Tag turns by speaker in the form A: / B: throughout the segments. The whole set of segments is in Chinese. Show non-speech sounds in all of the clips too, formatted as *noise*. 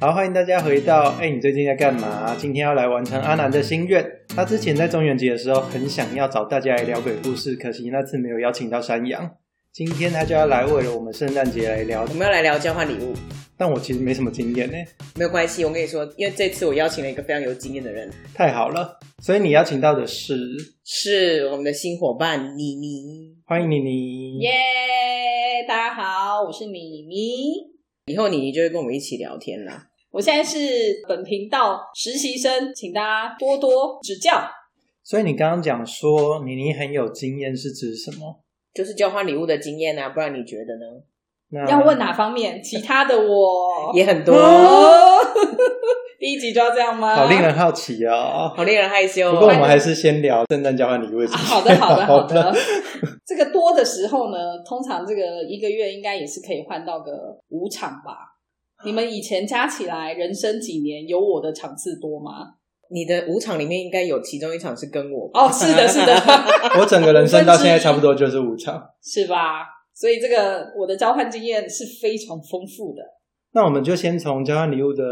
A: 好，欢迎大家回到哎、你最近在干嘛？今天要来完成阿南的心愿。他之前在中元节的时候很想要找大家来聊鬼故事，可惜那次没有邀请到山羊。今天他就要来为了我们圣诞节来聊
B: 我，们要来聊交换礼物，
A: 但我其实没什么经验呢、
B: 没有关系。我跟你说，因为这次我邀请了一个非常有经验的人，
A: 太好了。所以你邀请到的是
B: 是我们的新伙伴妮妮。
A: 欢迎你你
C: 耶大家好，我是米妮，
B: 以后妮妮就会跟我们一起聊天啦。
C: 我现在是本频道实习生，请大家多多指教。
A: 所以你刚刚讲说妮妮很有经验是指什么？
B: 就是交换礼物的经验啊，不然你觉得呢？
A: 那
C: 要问啊哪方面？其他的
A: *laughs*
C: 我
B: 也很多，
C: 哦，第一集就要这样吗？
A: 好令人好奇哦。
B: 好令人害羞
A: 不
B: 哦。
A: 过我们还是先聊圣诞交换礼物的事
C: 啊
A: 情。
C: 好的，
A: *laughs*
C: 好的，好
A: 好
C: 的。这个多的时候呢，通常这个一个月应该也是可以换到个五场吧。你们以前加起来人生几年，有我的场次多吗？
B: 你的五场里面应该有其中一场是跟我吧
C: 哦，是
A: *laughs*
C: 的，是的。
A: 我整个人生到现在差不多就是五场。
C: 是吧？所以这个我的交换经验是非常丰富的。
A: 那我们就先从交换礼物的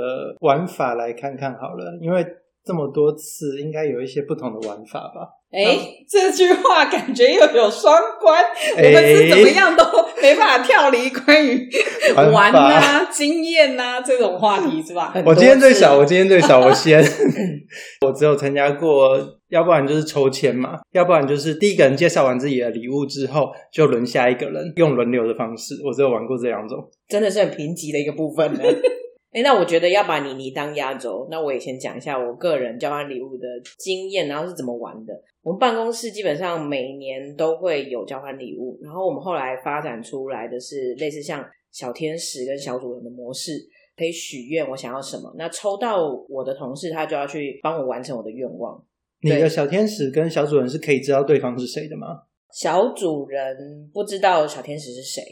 A: 玩法来看看好了，因为这么多次，应该有一些不同的玩法吧？
C: 哎、这句话感觉又有双关，
A: 哎
C: 我们是怎么样都没办法跳离关于玩
A: 法。
C: 啊、 *laughs* 经验啊这种话题，是吧？
B: 很多
A: 我今天最
B: 次
A: 少，我今天最少，我先， *laughs* 我只有参加过，要不然就是抽签嘛，要不然就是第一个人介绍完自己的礼物之后，就轮下一个人，用轮流的方式，我只有玩过这两种。
B: 真的是很贫瘠的一个部分呢。 *laughs* 哎、那我觉得要把妮妮当压轴，那我也先讲一下我个人交换礼物的经验，然后是怎么玩的。我们办公室基本上每年都会有交换礼物，然后我们后来发展出来的是类似像小天使跟小主人的模式，可以许愿我想要什么。那抽到我的同事，他就要去帮我完成我的愿望。
A: 你的
B: 对
A: 小天使跟小主人是可以知道对方是谁的吗？
B: 小主人不知道小天使是谁，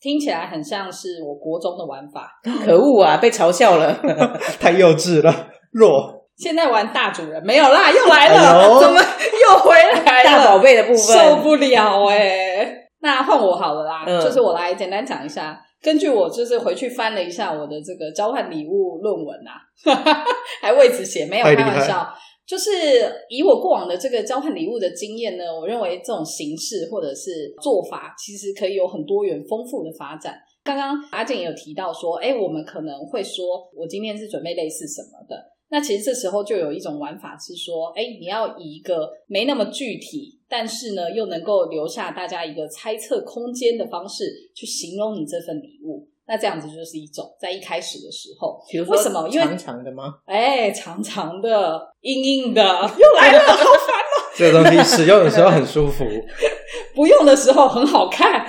C: 听起来很像是我国中的玩法，
B: 可恶啊，被嘲笑了。 *laughs*
A: 太幼稚了，弱。
C: 现在玩大主人没有啦，又
A: 哎
C: 来了，
A: 呦
C: 怎么又回来了？
B: 大宝贝的部分，
C: 受不了哎、那换我好了啦，
B: 嗯
C: 就是我来简单讲一下。根据我就是回去翻了一下我的这个交换礼物论文啊， *laughs* 还为此写没有
A: 太
C: 开
A: 厉害
C: 玩笑。就是以我过往的这个交换礼物的经验呢，我认为这种形式或者是做法，其实可以有很多元丰富的发展。刚刚阿健也有提到说，哎，我们可能会说，我今天是准备类似什么的。那其实这时候就有一种玩法是说，哎，你要以一个没那么具体，但是呢又能够留下大家一个猜测空间的方式去形容你这份礼物。那这样子就是一种在一开始的时候，
B: 比如说
C: 为什么因为
B: 长长的吗？
C: 哎，长长的、硬硬的，又来了，好烦。
A: 这个东西使用的时候很舒服，
C: 不用的时候很好看，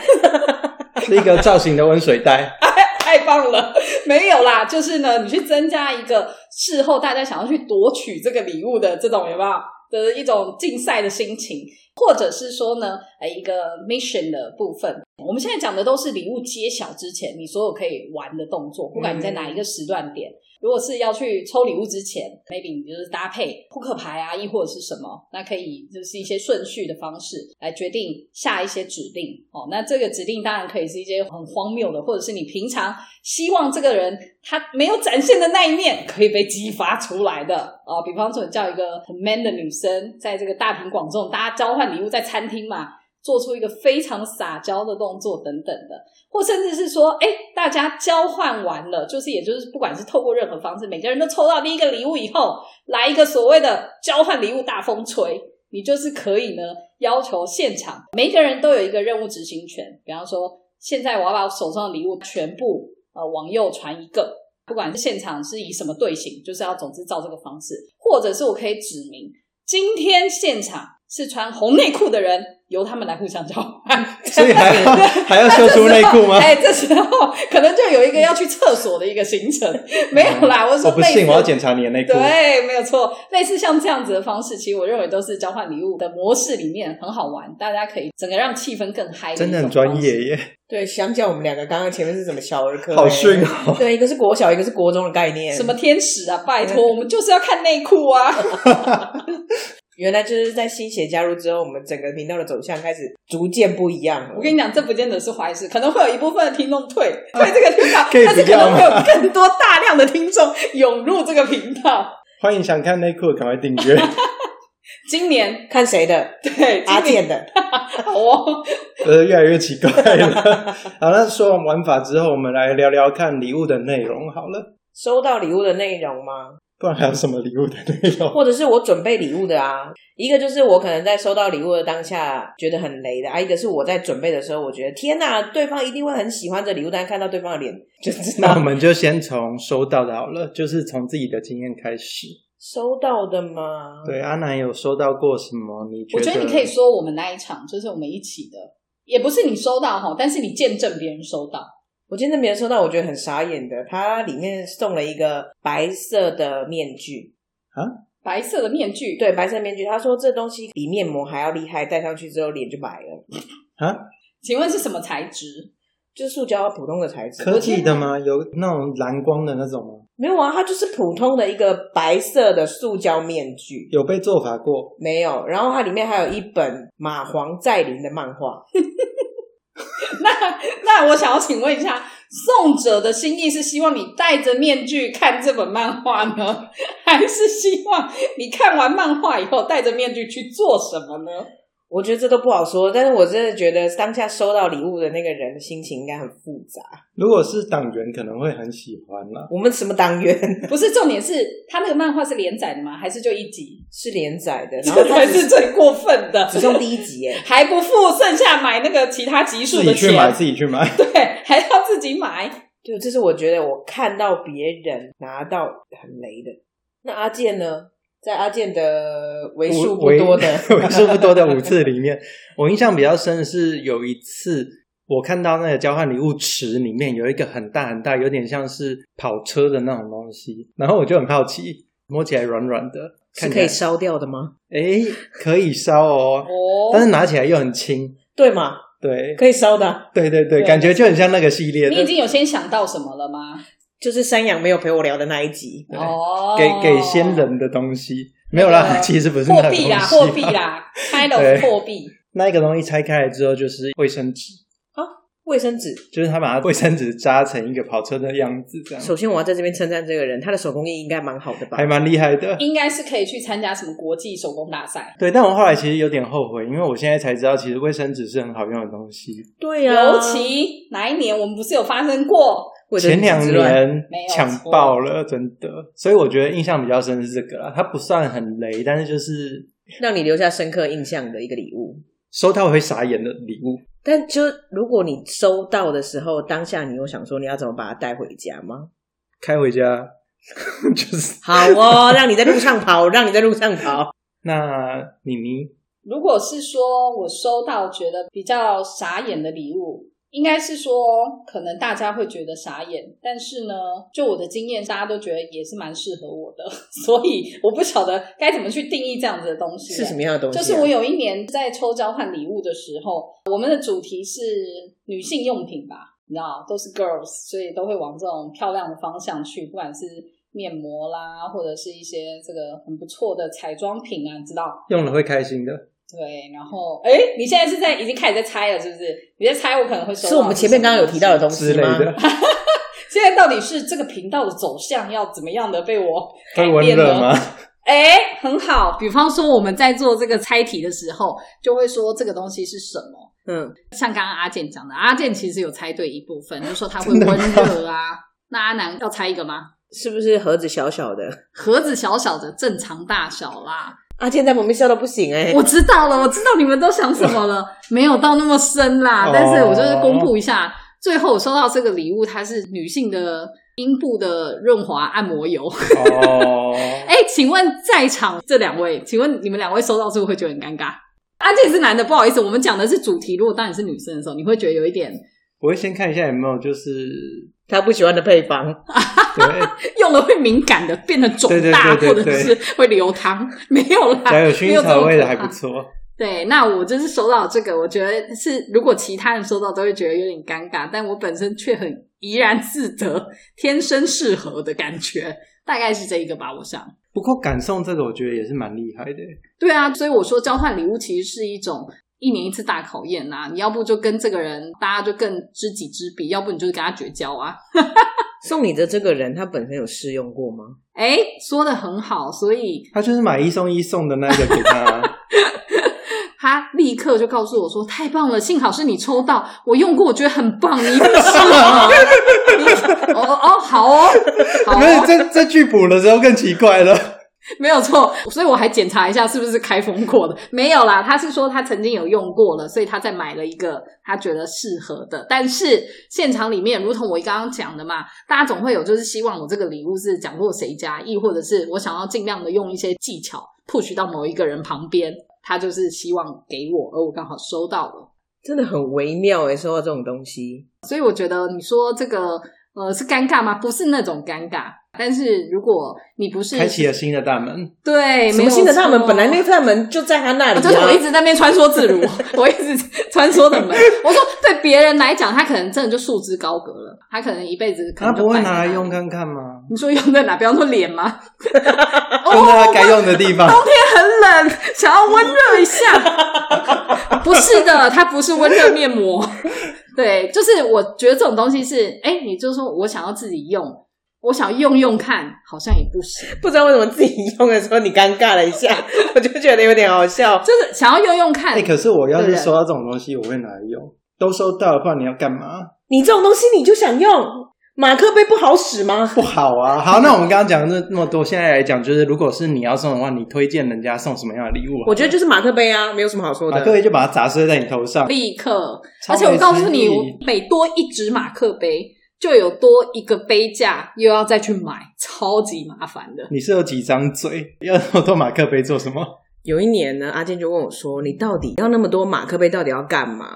A: 是一个造型的温水袋。
C: 太棒了！没有啦，就是呢，你去增加一个事后大家想要去夺取这个礼物的这种有没有的一种竞赛的心情，或者是说呢，哎，一个 mission 的部分。我们现在讲的都是礼物揭晓之前你所有可以玩的动作，不管你在哪一个时段点。如果是要去抽礼物之前，maybe 你就是搭配扑克牌啊，亦或者是什么，那可以就是一些顺序的方式来决定下一些指令哦。那这个指令当然可以是一些很荒谬的，或者是你平常希望这个人他没有展现的那一面可以被激发出来的哦。比方说，你叫一个很 man 的女生，在这个大庭广众，大家交换礼物在餐厅嘛，做出一个非常撒娇的动作等等的，或甚至是说，哎，大家交换完了，就是也就是不管是透过任何方式，每个人都抽到第一个礼物以后，来一个所谓的交换礼物大风吹，你就是可以呢要求现场每一个人都有一个任务执行权，比方说，现在我要把我手上的礼物全部呃往右传一个。不管是现场是以什么队形，就是要总之照这个方式，或者是我可以指明今天现场是穿红内裤的人，由他们来互相交换。 *laughs*
A: 所以还要还要秀出内裤吗？
C: 哎、这时候可能就有一个要去厕所的一个行程，没有啦，我
A: 我
C: 是说
A: 哦不
C: 类
A: 信，
C: 似
A: 我要检查你的内裤。
C: 对，没有错，类似像这样子的方式，其实我认为都是交换礼物的模式里面很好玩，大家可以整个让气氛更嗨，
A: 真的很专业。耶，
B: 对，相较我们两个刚刚前面是什么小儿科，
A: 好逊哦！
B: 对，一个是国小，一个是国中的概念。
C: 什么天使啊！拜托，我们就是要看内裤啊！
B: 原来就是在新血加入之后，我们整个频道的走向开始逐渐不一样了。
C: *laughs* 我跟你讲，这不见得是坏事，可能会有一部分的听
A: *laughs*
C: 众退退这个频道，
A: 可以
C: 但是
A: 不
C: 可
A: 要
C: 能
A: 吗
C: 会有更多大量的听众涌入这个频道。
A: 欢迎想看内裤，赶快订阅。 *laughs*
C: 今年
B: 看谁的，
C: 对
B: 阿
C: 今
B: 健
C: 年
B: 的，
C: 好哦，
A: 呃，越来越奇怪了。 *laughs* 好，那说完玩法之后，我们来聊聊看礼物的内容好了，
B: 收到礼物的内容吗？
A: 不然还有什么礼物的内
C: *laughs*
A: 容？
B: 或者是我准备礼物的啊，一个就是我可能在收到礼物的当下觉得很雷的啊，一个是我在准备的时候，我觉得天哪，对方一定会很喜欢这礼物，但看到对方的脸就知
A: 那我
B: 道
A: 们就先从收到的好了，就是从自己的经验开始。
B: 收到的嘛。
A: 对，阿南有收到过什么？你觉
C: 我
A: 得？
C: 觉得你可以说我们那一场，就是我们一起的，也不是你收到哈，但是你见证别人收到。
B: 我今天那别人收到，我觉得很傻眼的，它里面送了一个白色的面具，
C: 白色的面具，，
B: 对，白色面具。他说这东西比面膜还要厉害，戴上去之后脸就白了，
A: 啊，
C: 请问是什么材质？ *laughs*
B: 就是塑胶普通的材质。
A: 科技的吗？有那种蓝光的那种吗？
B: 没有啊，它就是普通的一个白色的塑胶面具。
A: 有被做法过？
B: 没有，然后它里面还有一本蚂蟥在林的漫画，
C: 那我想要请问一下，送者的心意是希望你戴着面具看这本漫画呢，还是希望你看完漫画以后戴着面具去做什么呢？ *laughs*
B: 我觉得这都不好说。但是我真的觉得当下收到礼物的那个人心情应该很复杂。
A: 如果是党员，可能会很喜欢啦。
B: 我们什么党员 *laughs*
C: 不是重点是，他那个漫画是连载的吗？还是就一集？
B: 是连载的，然后
C: 这
B: 他
C: 才
B: 只
C: 是最过分的，
B: 只送第一集耶。
C: 还不付剩下买那个其他集数
A: 自
C: 的
A: 己去买，
C: 钱，
A: 自己去买。
C: 对，还要自己买。
B: 就这是我觉得我看到别人拿到很雷的。那阿健呢，在阿健的为数不多的
A: *laughs* 为数不多的五
B: *laughs*
A: 次里面， *laughs* 我印象比较深的是有一次，我看到那个交换礼物池里面有一个很大很大，有点像是跑车的那种东西，然后我就很好奇，摸起来软软的，
B: 是
A: 看
B: 可以烧掉的吗？
A: 哎可以烧哦，但
C: 哦，
A: 是拿起来又很轻，
B: 对嘛，
A: 对
B: 可以烧的啊，
A: 对对对，
C: 对
A: 感觉就很像那个系列
C: 你已
A: 的。
C: 经有先想到什么了吗？
B: 就是山羊没有陪我聊的那一集。
A: 对
C: 哦，
A: 给给先人的东西没有啦，
C: 对啊
A: 其实不是那
C: 货
A: 个东
C: 币
A: 西啊
C: 啦，货币啦，开了
A: 对
C: 货币。
A: *laughs* 那一个东西拆开来之后就是卫生纸，
B: 卫生纸，
A: 就是他把它卫生纸扎成一个跑车的样子，这样
B: 首先我要在这边称赞这个人，他的手工艺应该蛮好的吧？
A: 还蛮厉害的。
C: 应该是可以去参加什么国际手工大赛。
A: 对，但我后来其实有点后悔，因为我现在才知道，其实卫生纸是很好用的东西。
B: 对啊呀、
C: 尤其哪一年我们不是有发生过？
B: 卫生纸
A: 前两
B: 之乱
A: 年
C: 没有
A: 抢
C: 错
A: 爆了，真的。所以我觉得印象比较深是这个啦，它不算很雷，但是就是
B: 让你留下深刻印象的一个礼物。
A: 收到会傻眼的礼物。
B: 但就如果你收到的时候，当下你有想说你要怎么把它带回家吗？
A: 开回家 *laughs* 就是
B: 好哦，让你在路上跑，让你在路上跑。
A: 那妮妮
C: 如果是说我收到觉得比较傻眼的礼物，应该是说可能大家会觉得傻眼，但是呢，就我的经验，大家都觉得也是蛮适合我的， *laughs* 所以我不晓得该怎么去定义这样子的东
B: *laughs*
C: 西、啊
B: 是什么样的东西、啊
C: 就是我，有一年在抽交换礼物的时候，我们的主题是女性用品吧，你知道，都是 girls，所以都会往这种漂亮的方向去，不管是面膜啦，或者是一些这个很不错的彩妆品啊，你知道？
A: 用了会开心的，
C: 对，然后哎，你现在是在已经开始在猜了，是不是？你在猜我可能会收到
B: 是我们前面刚刚有提到的东
A: 之
B: 西
A: 类
B: 吗？
A: 的，
C: 现在到底是这个频道的走向要怎么样的被我
A: 会
C: 改
A: 温
C: 变
A: 热
C: 呢？
A: 吗？
B: *laughs*
C: 哎，很好。比方说我们在做这个猜题的时候，就会说这个东西是什么。
B: 嗯，
C: 像刚刚阿健讲的，阿健其实有猜对一部分，就说他会温热啊。那阿南要猜一个吗？
B: 是不是盒子小小的？
C: 盒子小小的，正常大小啦。
B: 阿健在旁边笑到不行哎、
C: 我知道了，我知道你们都想什么了，没有到那么深啦
A: 哦。
C: 但是我就是公布一下，最后我收到这个礼物，它是女性的阴部的润滑按摩油。
A: 哦，
C: 哎，请问在场这两位，请问你们两位收到是不是会觉得很尴尬？阿健是男的，不好意思，我们讲的是主题。如果当你是女生的时候，你会觉得有一点
A: 我会先看一下有没有就是
B: 他不喜欢的配方，
A: 对，
C: 用了会敏感的，变得肿
A: 对对
C: 大，
A: 对对
C: 或者是会流汤，没有啦，
A: 假如有
C: 啊没
A: 薰衣
C: 有这
A: 草
C: 么
A: 味的
C: 可
A: 还
C: 怕
A: 不错。
C: 对，那我就是收到这个，我觉得是如果其他人收到都会觉得有点尴尬，但我本身却很怡然自得，天生适合的感觉，大概是这一个吧，我想。
A: 不过感送这个，我觉得也是蛮厉害的。
C: 对啊，所以我说交换礼物其实是一种一年一次大考验呐、你要不就跟这个人大家就更知己知彼，要不你就跟他绝交啊。
B: 送你的这个人他本身有试用过吗？
C: 哎，说的很好，所以
A: 他就是买一送一送的那个给
C: *laughs*
A: 他，哦
C: 他立刻就告诉我说：“太棒了，幸好是你抽到，我用过，我觉得很棒，你一定是啊我。你”哦哦，好哦，好
A: 没有
C: 哦，
A: 这这句补的时候更奇怪了。
C: 没有错。所以我还检查一下是不是开封过的，没有啦。他是说他曾经有用过了，所以他再买了一个他觉得适合的。但是现场里面，如同我刚刚讲的嘛，大家总会有就是希望我这个礼物是讲落谁家，亦或者是我想要尽量的用一些技巧 push 到某一个人旁边，他就是希望给我，而我刚好收到了。
B: 真的很微妙诶，收到这种东西，
C: 所以我觉得你说这个呃是尴尬吗？不是那种尴尬，但是如果你不是
A: 开启了新的大门，
C: 对
B: 什么新的大门？本来那个
C: 个。
B: 大门就在他那里、啊，
C: 就是我一直在那边穿梭自如， *laughs* 我一直穿梭的门。我说，对别人来讲，他可能真的就束之高阁了，他可能一辈子
A: 他
C: 可
B: 啊
C: 能
A: 啊
C: 就
A: 不会
C: 摆在
A: 拿来
C: 那里
A: 用。看看吗？
C: 你说用在哪？比方说脸吗？哦
A: 用在他该用的地方。
C: 很冷，想要温热一下。
A: *laughs*
C: 不是的，它不是温热面膜。 *laughs* 对，就是我觉得这种东西是，哎，你就说我想要自己用，我想用用看，好像也不行。
A: *laughs*
B: 不知道为什么自己用的时候你尴尬了一下， *laughs* 我就觉得有点好笑。
C: 就是想要用用看，
A: 哎、可是我要
B: 对
A: 是
B: 不对
A: 收到这种东西，我会拿来用。都收到的话，你要干嘛？
B: 你这种东西你就想用马克杯不好使吗？
A: 不好啊。好，那我们刚刚讲的那么多，现在来讲，就是如果是你要送的话，你推荐人家送什么样的礼物、啊？
B: 我觉得就是马克杯啊，没有什么好说的。
A: 马克杯就把它砸碎在你头上。
C: 立刻。
A: 超
C: 而且我告诉你，
A: 没诚意
C: 我每多一只马克杯，就有多一个杯架，又要再去买，超级麻烦的。
A: 你是有几张嘴？要那么多马克杯做什么？
B: 有一年呢，阿健就问我说：“你到底要那么多马克杯，到底要干嘛？”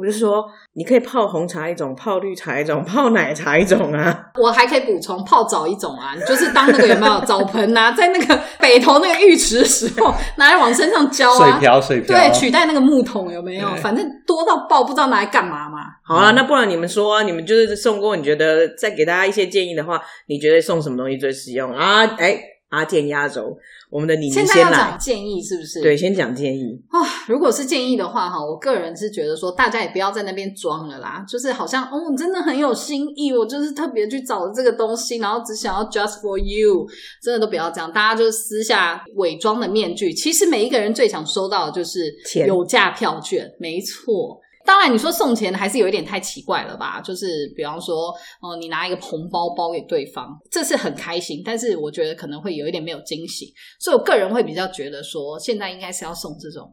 B: 我就说：“你可以泡红茶一种，泡绿茶一种，泡奶茶一种啊。 *laughs*
C: 我还可以补充泡澡一种啊，你 *laughs* 就是当那个有没有澡盆啊， *laughs* 在那个北投那个浴池的时候，拿来往身上浇
A: 水
C: 啊，
A: 瓢，水瓢。
C: 对，取代那个木桶有没有
A: 对？
C: 反正多到爆，不知道拿来干嘛嘛。”
B: 好啊，那不然你们说啊，你们就是送过，你觉得再给大家一些建议的话，你觉得送什么东西最实用啊？哎，阿健压轴，我们的李仪
C: 现在要
B: 先来
C: 讲，建议是不是？
B: 对，先讲建议。
C: 啊、 *laughs* 如果是建议的话，哈，我个人是觉得说，大家也不要在那边装了啦，就是好像哦，真的很有心意，我就是特别去找这个东西，然后只想要 just for you，真的都不要这样，大家就撕下伪装的面具。其实每一个人最想收到的就是
B: 钱
C: 有价票券，没错。当然，你说送钱还是有一点太奇怪了吧？就是比方说，哦、你拿一个红包包给对方，这是很开心，但是我觉得可能会有一点没有惊喜。所以我个人会比较觉得说，现在应该是要送这种，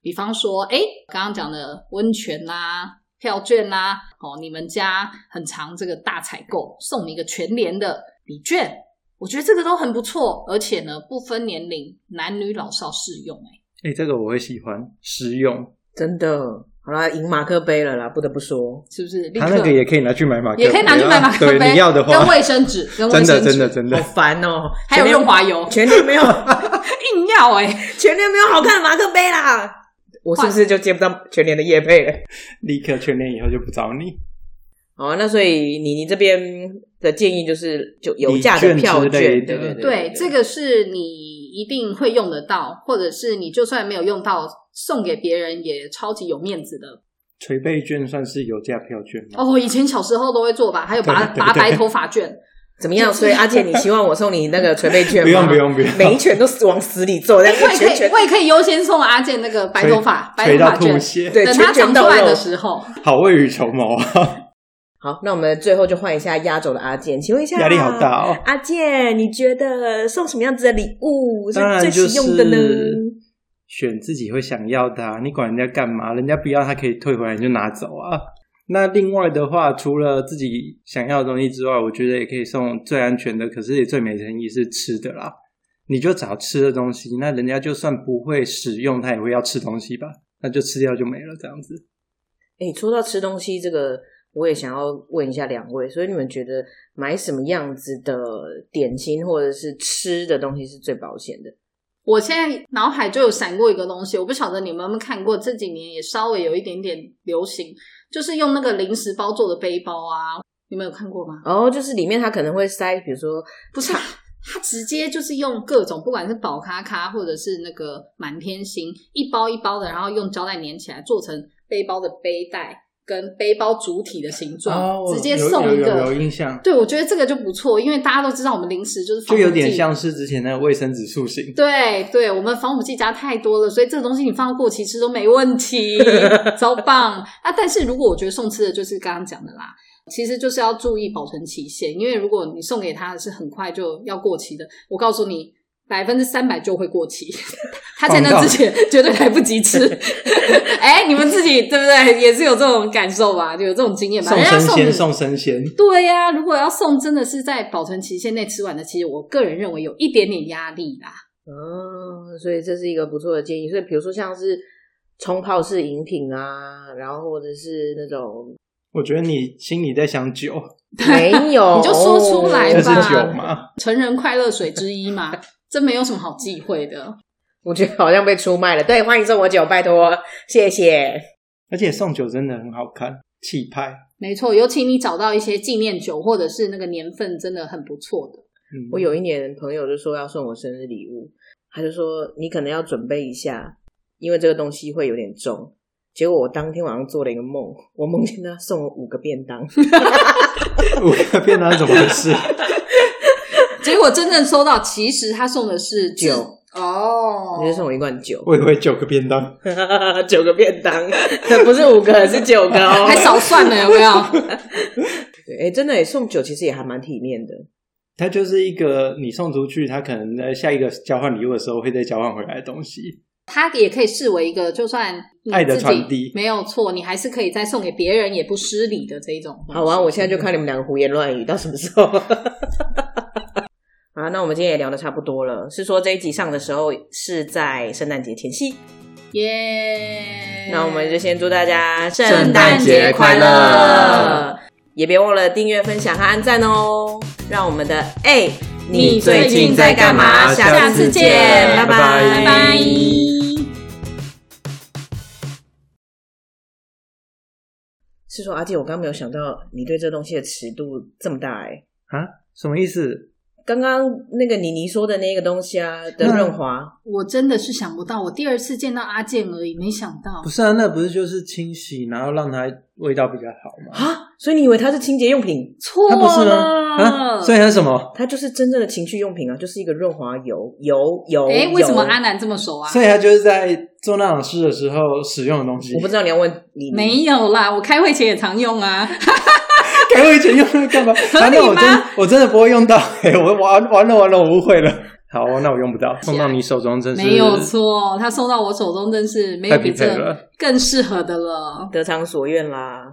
C: 比方说，哎，刚刚讲的温泉啦、票券啦、哦，你们家很常这个大采购，送你一个全年的礼券，我觉得这个都很不错，而且呢，不分年龄，男女老少适用、诶
A: 哎、这个我会喜欢，实用。
B: 真的，好啦，赢马克杯了啦，不得不说，
C: 是不是？立
A: 他
C: 刻
A: 那个也可以拿去买马克杯啊，
C: 也可以拿去买马克杯，
A: 对，你要的话，*laughs*
C: 跟卫生纸，跟卫
A: 真
C: 生
A: 的
C: 纸，
A: 真的真
B: 好
A: 的，
B: 烦哦、
C: *laughs* 还有润滑油，
B: 全年没有， *laughs*
C: 硬要哎、诶
B: 全年没有好看的马克杯啦。我是不是就接不到全年的夜配了？
A: 立刻全年以后就不找你。
B: 哦，那所以你你这边的建议就是，就有价
A: 礼
B: 的
A: 券
B: 票
A: 之
B: 券，
A: 类
B: 对
A: 的
B: 对对
C: 对，这个是你一定会用得到，或者是你就算没有用到，送给别人也超级有面子的。
A: 捶背券算是有价票券吗？
C: 哦，以前小时候都会做吧，还有拔
A: 对对对
C: 拔白头发卷，
B: 怎么样？所以阿健，你希望我送你那个捶背券吗？
A: 不用不，用不 *laughs* 用，
B: 每一拳都往死里
A: 哎
B: 揍，但
C: 我也
B: 是
C: 可
B: 拳拳
C: 以，我也可以优先送阿健那个白头发白
A: 捶
C: 头
A: 到
C: 发
A: 吐
C: 卷，
A: 血，
B: 对
C: 等它
B: 拳
C: 长
B: 拳
C: 出
B: 到
C: 来
B: 肉
C: 的。时候，
A: 好未雨绸缪啊，
B: 好，那我们最后就换一下压轴的阿健，请问
C: 啊
B: 一下，
A: 压力好。大哦。
B: 阿健，你觉得送什么样子的礼物是
A: 当然
B: 最
A: 就
B: 实用的呢？
A: 是选自己会想要的、啊，你管人家干嘛？人家不要，他可以退回来，你就拿走啊。那另外的话，除了自己想要的东西之外，我觉得也可以送最安全的，可是也最没诚意是吃的啦。你就找吃的东西，那人家就算不会使用，他也会要吃东西吧？那就吃掉就没了，这样子。
B: 哎、说到吃东西这个，我也想要问一下两位，所以你们觉得买什么样子的点心或者是吃的东西是最保险的？
C: 我现在脑海就有闪过一个东西，我不晓得你们有没有看过，这几年也稍微有一点点流行，就是用那个零食包做的背包啊，你们有看过吗？
B: 哦，就是里面它可能会塞，比如说
C: 不是
B: 茶
C: 它直接就是用各种，不管是宝咖咖或者是那个满天星，一包一包的，然后用胶带粘起来，做成背包的背带跟背包主体的形状，
A: 哦，
C: 直接
A: 有
C: 送
A: 有有
C: 一
A: 有
C: 个。
A: 印象，
C: 对，我觉得这个就不错，因为大家都知道我们零食就是
A: 就
C: 防
A: 有
C: 腐
A: 点
C: 剂
A: 像是之前那个卫生纸塑形。
C: 对对，我们防腐剂加太多了，所以这个东西你放到过期吃都没
A: *laughs*
C: 问题，超棒啊！但是如果我觉得送吃的，就是刚刚讲的啦，其实就是要注意保存期限，因为如果你送给他的是很快就要过期的，我告诉你。百分之三百就会过期， *laughs* 他在那之前绝对来不
A: *laughs*
C: 及吃。哎、你们自己对不对？也是有这种感受吧？有这种经验吧？
A: 送
C: 人家
A: 生
C: 送你
A: 鲜，送生鲜，
C: 对呀、如果要送，真的是在保存期限内吃完的，其实我个人认为有一点点压力啦。
B: 哦，所以这是一个不错的建议。所以比如说像是冲泡式饮品啊，然后或者是那
C: *laughs*
B: 种
A: 我觉得你心里在想酒，
B: 没有，
C: 你就说出来
A: 这
C: 吧
A: 是酒嘛？
C: 成人快乐水之一嘛，这没有什么好忌讳的。
B: 我觉得好像被出卖了。对，欢迎送我酒，拜托，谢谢。
A: 嗯而且送酒真的很好看，气派。
C: 没错，尤其你找到一些纪念酒或者是那个年份真的很不错的。
A: 嗯 *laughs*
B: 我有一年朋友就说要送我生日礼物，他就说你可能要准备一下，因为这个东西会有点重。结果我当天晚上做了一个梦，我梦见他送我五个便
C: *laughs*
B: 当，
A: 五个便当怎么回事？
C: 结果真正收到，其实他送的是自
B: 酒
C: 哦
B: 他就送我一罐酒，
A: *laughs* 我以为九个便当，
B: *laughs* 九个便当，不是五个，是九个哦，
C: 还少算了有没有？
B: 对，哎、真的耶送酒其实也还蛮体面的。
A: 它就是一个你送出去，它可能在下一个交换礼物的时候会再交换回来的东西。
C: 它也可以视为一个，就算你
A: 爱的
C: 自己
A: 传递
C: 没有错，你还是可以再送给别人，也不失礼的这一种。
B: 好啊，我现在就看你们两个胡言乱语到什么时候。 *laughs* 啊，那我们今天也聊的差不多了，是说这一集上的时候是在圣诞节前夕，
C: 耶。
B: 那我们就先祝大家
C: 圣诞节快乐，
B: 也别忘了订阅、分享和按赞哦。让我们的哎、
C: 你最近在干嘛
B: 下
C: 下次见
B: 拜
A: 拜
C: 拜拜。
B: 是说，阿姐，我刚没有想到你对这东西的尺度这么大哎、
A: 啊，什么意思？
B: 刚刚那个妮妮说的那个东西啊
C: 嗯
B: 的
A: 那
B: 润滑，
C: 我真的是想不到，我第二次见到阿健而已，没想到
A: 不。是啊，那不是就是清洗，然后让它味道比较好吗？
B: 啊，所以你以为它是清洁用品？
C: 错
A: 它
C: 了，
A: 不是吗？啊，所以它是什么？
B: 它就是真正的情趣用品啊，就是一个润滑油，油油。
C: 哎，为什么
B: 油
C: 阿南这么熟啊？
A: 所以它就是在做那种事的时候使用的东西。
B: 我不知道你要问你
C: 没有啦，我开会前也常用啊。
A: 给我以前用那干嘛？反正我真我真的不会用到、欸，我完完了完了，我误会了。好，那我用不到，送到你手中真是
C: 没有错，他送到我手中真是没有
A: 太匹
C: 比
A: 配
C: 这
A: 了。
C: 更适合的了。
B: 得偿所愿啦。